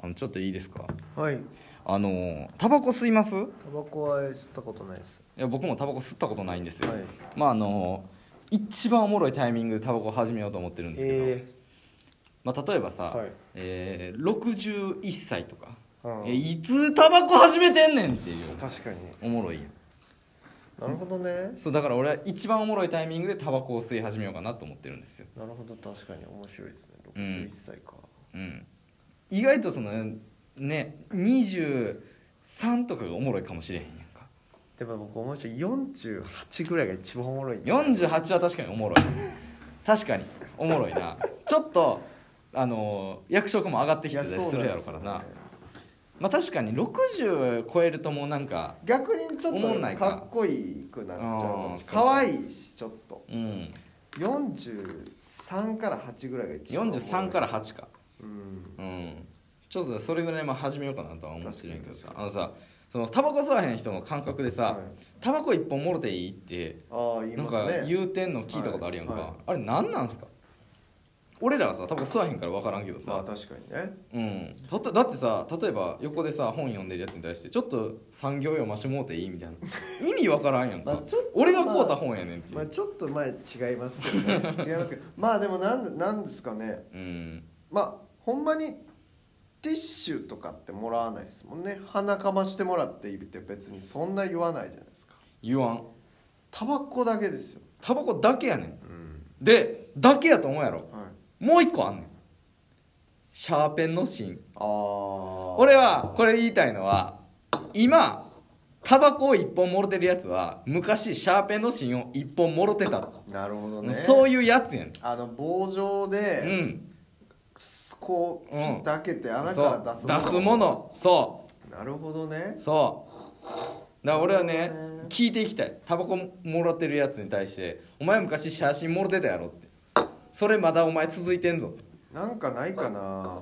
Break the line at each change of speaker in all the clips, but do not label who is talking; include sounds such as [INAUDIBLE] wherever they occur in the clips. あのちょっといいですか
はい
あのタバコ吸いますい
タバコは吸ったことないです
や僕もタバコ吸ったことないんですよ、
はい
まああの一番おもろいタイミングでタバコ始めようと思ってるんですけど、
え
まあ、例えばさ、
はい
えー61歳とか、
うん
えいつタバコ始めてんねんっていう
ー、確かに
おもろいやん
なるほどね
そうだから俺は一番おもろいタイミングでタバコを吸い始めようかなと思ってるんですよ、
なるほど確かに面白いですね
うん
61歳か、
うん、意外とそのね23とかがおもろいかもしれへんやんか
でも僕面白い48ぐらいが一番おもろいんで
48は確かにおもろい確かにおもろいなちょっとあの役職も上がってき
い
てた
や
りするやろからな
そうなんですよね
まあ確かに60超えるともうなんか
逆にちょっ
おもん
と
ない
か
か
っこいいくなっち
あ
ゃ
ー
う
そう
可愛いしちょっと
うん
43から8ぐらいが一番おもろい
43から8か
うん
うんちょっとそれぐらいまあ始めようかなとは思ってるんやけどさ
確
あのさそのタバコ吸わへん人の感覚でさ、
はい
タバコ一本もろていいって
ああ言い
なん
ます
か
ね
言うてんの聞いたことあるやんか、
はいはい
あれ何なんすか俺らはさタバコ吸わへんから分からんけどさ、
まあ確かにね
うん、たとだってさ例えば横でさ本読んでるやつに対してちょっと産業用ましてもうていいみたいな意味わからんやんか、
まあちょっと
俺が買うた本やねんっていう、
まあちょっと前違いますけどね違いますけどまあでもなんでなんですかね
うん
まあほんまにティッシュとかってもらわないですもんね鼻かましてもらっていいって別にそんな言わないじゃないですか
言わん
タバコだけですよ
タバコだけやねん
うん
でだけやと思うやろ
はい
もう一個あんねんシャーペンの芯
ああ
俺はこれ言いたいのは今タバコを一本もろてるやつは昔シャーペンの芯を一本もろてたと
なるほどね
そう
いう
いうやつやねん
あの棒状で、
うん
こう
うん
だけて穴
そ
か
う
ら出す
出すものそう
なるほどね
そうだから俺はね
なるほどね
聞いていきたいタバコもろてるやつに対して「お前昔写真もろてたやろ」って「それまだお前続いてんぞ [LAUGHS]
なんかないかな」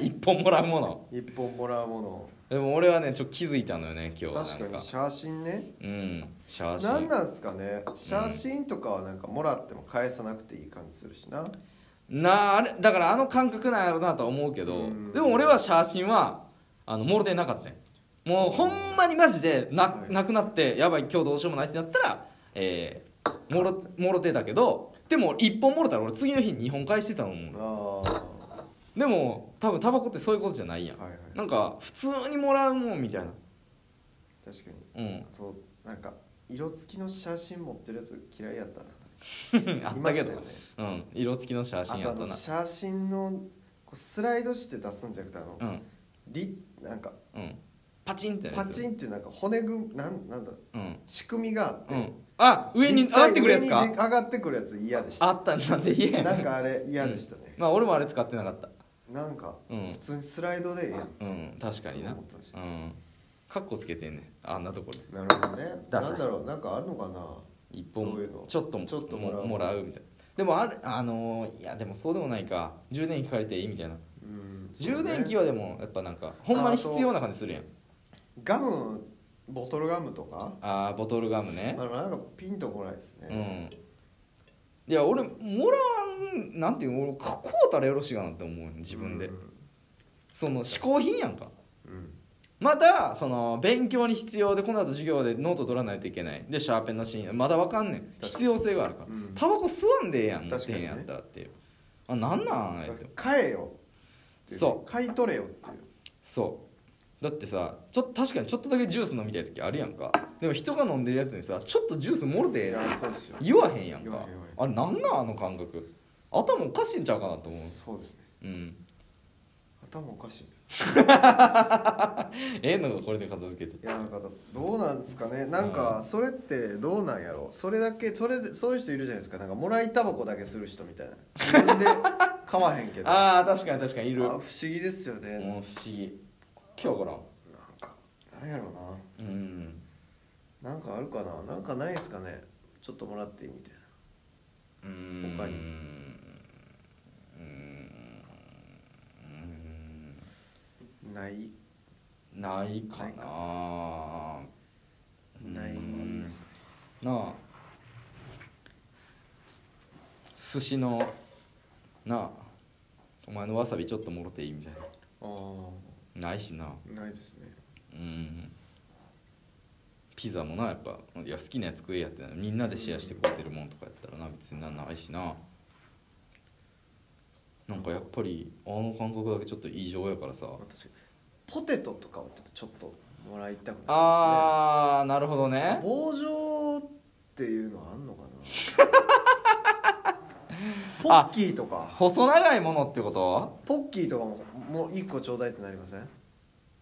一本もらうもの
一本もらうも
でも俺はねちょっと気づいたのよね今日
の
はな
確
ん
か
か
に写真ね
うん写
なん
真
なんすかね写真とかはなんかもらっても返さなくていい感じするしな、
なああれだからあの感覚なんやろなとは思うけど
うん
でも俺は写真はあのもろてなかったよもうほんまにマジでな,、
はい
なくなってやばい今日どうしようもないってなったらえー、もろもろてたけどでも1本もろたら俺次の日2本返してたのもん
ああ
でも多分タバコってそういうことじゃないやん、
はいはい
なんか普通にもらうもんみたいな
確かに
うん
[LAUGHS] あとなんか色付きの写真持ってるやつ嫌いやったな
あったけ
いました
ど
よね
うん色付きの写
あ
真
と
や
あ
った
の
な
写真のこうスライドして出すんじゃなくてあの、
うん
りなんか
うんパチンって
パチ
ン
ンってなんか骨組みなんなんだ
うん、
仕組みがあって、
うん、あ上に上がってくるやつ
上に
か
上がってくるやつ嫌でした
あったなんで言えへん
なんかあれ嫌でしたね、
まあ俺もあれ使ってなかった
なんか
うん
普通にスライドでええやん
うん確かにな
そう思ってまし
うんカッコつけてんねんあんなところ
なるほどね。
ダ
な
サい
んだろう、なんかあるのかな。
一本
そういうの
ちょっと
ちょっと
も
もらう
もらうみたいなでもあるあのーいやでもそうでもないか充電器借りていいみたいな
うん
充電器
は。
はでもやっぱなんかほんまに必要な感じするやん
ガム、ボトルガムとか。
あーボトルガムね
まあ、なんかピンとこないです
うん
ね。
いや俺もらんなんていうの俺買こうたらよろしいかなって思うよ自分で
うん。
その嗜好品やんか
うん
またその勉強に必要でこの後授業でノート取らないといけないでシャーペンのシーンまだわかんねん
確かに
必要性があるから、
うん
タバコ吸わんでええやん持っ
確
て
か
へ
に
ん
ね
やったらっていう、あなんなんあれって
買えよ。。
そう
買い取れよっていう。
そうだってさちょっと確かにちょっとだけジュース飲みたい時あるやんかでも人が飲んでるやつにさちょっとジュースもろてえ
い
え
や
やん、
そうですよ。
言わへんやん
言わへ
か
ん言わへん
あれなんなんあの感覚頭おかしいんちゃうかなと思う
そうですね。
うん
頭おかしい。い
ええのがこれで片付けて
や、なんか、どうなんですかね。なんか、それって、どうなんやろう。それだけ、それで、そういう人いるじゃないですか。なんか、もらいタバコだけする人みたいな。自分で。買わへんけ
[LAUGHS]
ど。
ああ確かに確かにいる
あ不
もう
思議ですよ
不
ね。
思議今日からん
なんか、なんやろうな。
うん
なんかあるかななんかないですかねちょっともらっていいみたいな
うーん
他に
うーん
ない
ないかな
ないないですね
なあ寿司のなあお前のわさびちょっともろていいみたいな
ああ
ないしな
あないですね
うんピザもなやっぱいや好きなやつ食えやってなみんなでシェアして食うてるもんとかやったらな別になんないしななんかやっぱりあの感覚だけちょっと異常やからさ
まあ確かにポテトとかはちょっともらいたくないですね
あーなるほどね
棒状っていうのはあんのか
[LAUGHS]
なポッキーとか
細長いものってこと
ポッキーとかももう1個ちょうだいってなりません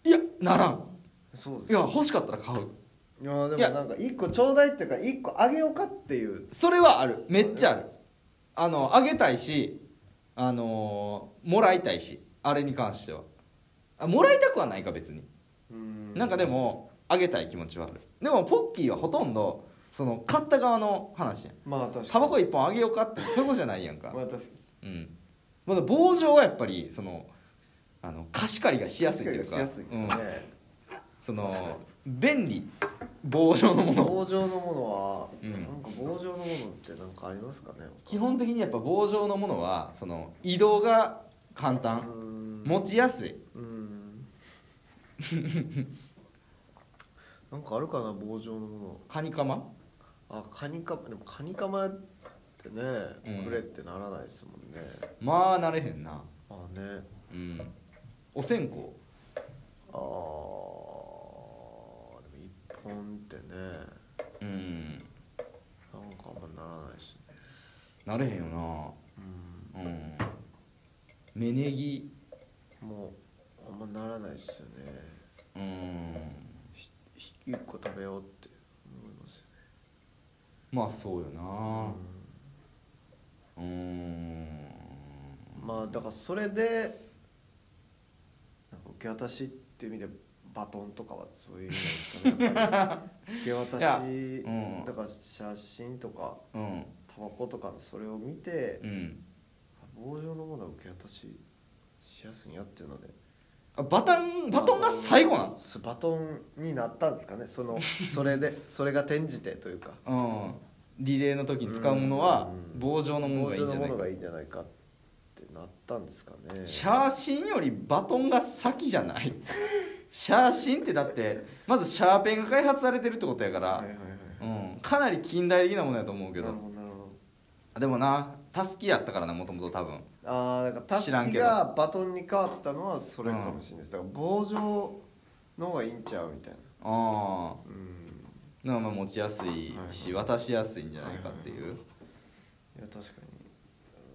いやならん
そうです
いや欲しかったら買う
いやー
い
で
や
もなんか1個ちょうだいっていうか1個あげようかっていう
それはあるめっちゃあるあのあげたいしあのーもらいたいしあれに関してはあもらいたくはないか別になんかでもあげたい気持ちはあるでもポッキーはほとんどその買った側の話やん
まあ確かに
タバコ一本あげようかってそういうことじゃないや [LAUGHS] んか
まあ確か
うんまだ棒状はやっぱりそのあの貸し借りがし
に
やすいというか
しやすいです
う
よ
ん
ね、
その便利棒状のもの
棒状のものは、
うん
なんか棒状のものってなんかありますかね
基本的にやっぱ棒状のものはその移動が簡
うー
単
ん
持ちやすいう
ーんなんかあるかな棒状のもの
カニカマ
あカニカマでもカニカマってね、
うん
くれってならないですもんね
まあなれへんな
あね
うんお線香
あーでも一本ってね
うん
なんかあんまならないし、ね、
なれへんよ
うん
なうん芽ネギ
もうあんまならないですよね
うん
ひひ一個食べようって思いますよね
まあそうよな
う
うん
んまあだからそれでなんか受け渡しっていう意味でバトンとかはそういう意味なんですかねやっぱり受け
[LAUGHS]
渡
いや
し、
うん
だから写真とか
うん
タバコとかのそれを見て
うん
棒状のものは受け渡ししやすいんやっていうので
あバタンバトンが最後なん
そうバトンになったんですかねそのそ
[LAUGHS]
れでそれが転じてというか
うんリレーの時に使うものは
うん
棒状のもの
棒
がいい
状
んじ
の
ゃな
も
い
の
か
がいいんじゃないかってなったんですかね
写真よりバトンが先じゃない [LAUGHS] 写真ってだってまずシャーペンが開発されてるってことやから、
はいはいはい
うん、かなり近代的なものやと思うけ
なる
ど、
ほどなるほど
でもなたすきやったからなもともと多分
ああだからタス
知らん
キ
けど
がバトンに変わったのはそれかもしれないですだから棒状の方がいいんちゃうみたいな
あ
うん
あまあ持ちやすいし、
は
渡しやすいんじゃないかっていう、
いや確かにうーん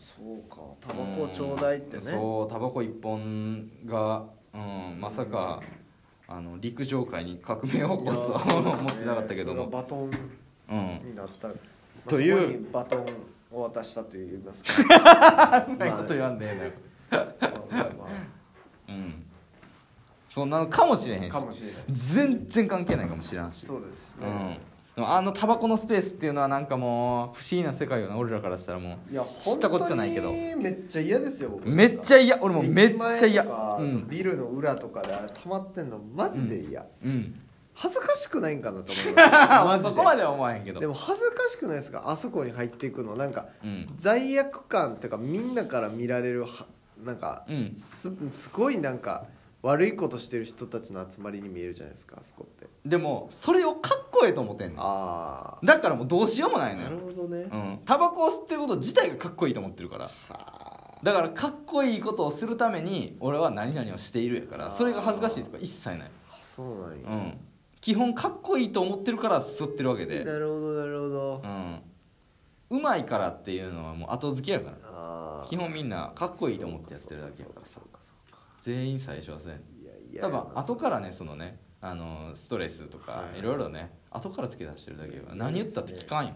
そうかタバコちょうだいって
うん
ね
そうタバコ一本が、うん、まさかあの陸上界に革命を起こすとは思ってなかったけど
それ
も
がバトン
うん
になった、まあ
という
そこにバトンを渡したと言います
[LAUGHS]
か
うまいこと言わんねえなよ
まあまあま
うんそんなのかもしれへん
あ
し
かもしれない
全然関係ないかもしれんし
そうです
う
ね、
んでもあのタバコのスペースっていうのはなんかもう不思議な世界よな俺らからしたらも
いや
知ったこっちゃないけど
本当にめっちゃ嫌ですよ僕
うめっちゃ嫌俺もめっ
駅前
ち
と
ゃ嫌
か
うん、
ビルの裏とかであれ溜まってんのマジで嫌、
うん、
恥ずかしくないんかなと
[LAUGHS]
思いますマジで
そこまでは思わへんけど
でも恥ずかしくないですかあそこに入っていくのなんか
うん
罪悪感っていうかみんなから見られるはなんか、
うん
すすごいなんか悪いことしてる人たちの集まりに見えるじゃないですかあそこって
でもそれをかっこええと思ってんの
あ
だからもうどうしようもない
あ
の
なる
よ
ほどね、は
うんタバコを吸ってること自体がかっこいいと思ってるから
あ
だからかっこいいことをするために俺は何々をしているやからそれが恥ずかしいとか一切ない
そうなん
う
や、
ん、基本かっこいいと思ってるから吸ってるわけで、
なるほどなるほど、
うん、うまいからっていうのはもう後付けやから
ああ
基本みんなかっこいいと思ってやってるだけやから
そうかそうか
全員最初はせん
いやいや
多分後からねそのねあのストレスとか
はい
いろいろね後から付け出してるだけやから
いや
何言ったって聞かんよ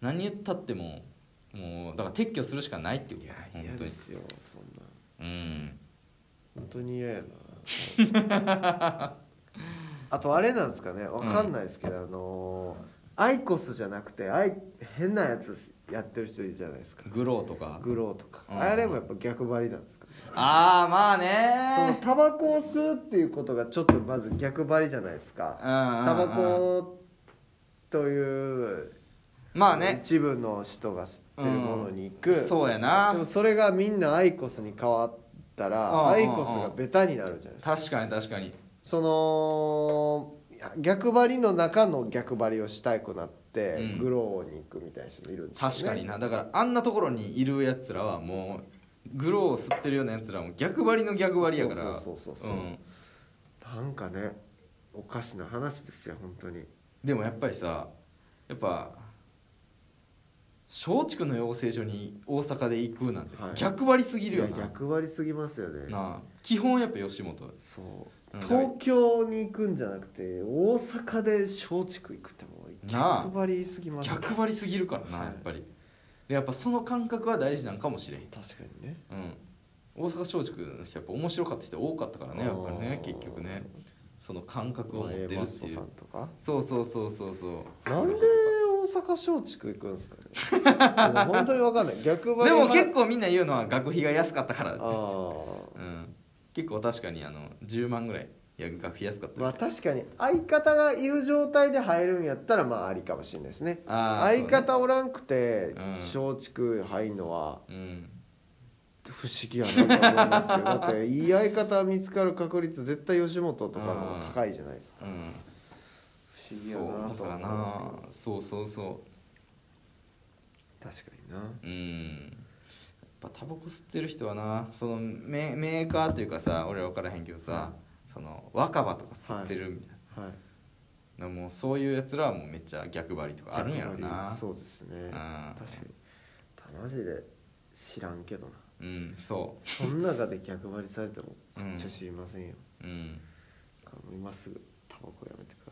何言ったってもうもうだから撤去するしかないっていう
い
こ
や
と
嫌
本当
で
に
すよそんな
うん
本当に嫌やな [LAUGHS] あとあれなんですかねわかんないですけど、あのーアイコスじゃなくてアイ変なやつやってる人いるじゃないですか
グローとか
グローとか、
うん
あれもやっぱ逆張りなんですか、ね
ああまあ
その
ね
タバコを吸うっていうことがちょっとまず逆張りじゃないですかタ
タ
バコという
まあね
一部の人が吸ってるものに行く、
そうやな
でもそれがみんなアイコスに変わた
うんうんうん
らアイコスがベタになるじゃないですか
確かに確かに
そのいや逆張りの中の逆張りをしたくなって、
うん
グローに行くみたいな人もいるんですよね
確かになだからあんなところにいるやつらはもうグローを吸ってるようなやつらも逆張りの逆張りやから
そうそうそうそう
うん
なんかねおかしな話ですよ本当に
でもやっぱりさやっぱ松竹の養成所に大阪で行くなんて
はい
逆張りすぎるよ
いや
な,、
逆張りすぎますよね
なあ基本やっぱ吉本
そう
うん
東京に行くんじゃなくて大阪で松竹行くってもう
なあ
逆張りすぎます
逆張りすぎるからな、
はい
やっぱりでやっぱその感覚は大事なんかもしれん、
確かにね
うん、大阪松竹の人やっぱ面白かった人多かったからねやっぱりね結局ねその感覚を持ってる
マ
っ
ス
て
ト
い
さ
うん
とか
そうそうそうそうそう
なんで大阪松竹行くんですかね [LAUGHS] もう本当に分かんない逆張
で
りは
も結構みんな言うのは学費が安かったからです
あ
うん、結構確かにあの10万ぐらいいや学費安かった
あまあ確かに相方がいる状態で入るんやったらまあありかもしれないですね
あー
相方おらんくて
うん
松竹入るのは
そうねうん
不思議やなと思いますけ
[LAUGHS]
どだっていい相方見つかる確率絶対吉本とかの方が高いじゃないですか
うん
不思議や
そう
な
だか
と思
ら
いま
なそうそうそ
すけど確かにな
ううんやっぱタバコ吸ってる人はなそのメメーカーというかさ俺は分からへんけどさその若葉とか吸ってるみたいな、
はい
でももうそういうやつらはもうめっちゃ逆張りとかあるんやろな
そうですね
ん
確かにマジで知らんけどな
うんそ
そん中で逆張りされても
うん
めっちゃ知りませんよ、
ううん
今すぐタバコやめてく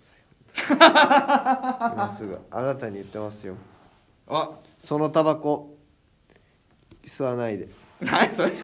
ださ
[LAUGHS]
い今すぐあなたに言ってますよ
あ [LAUGHS]
そのタバコ吸わないで
何それ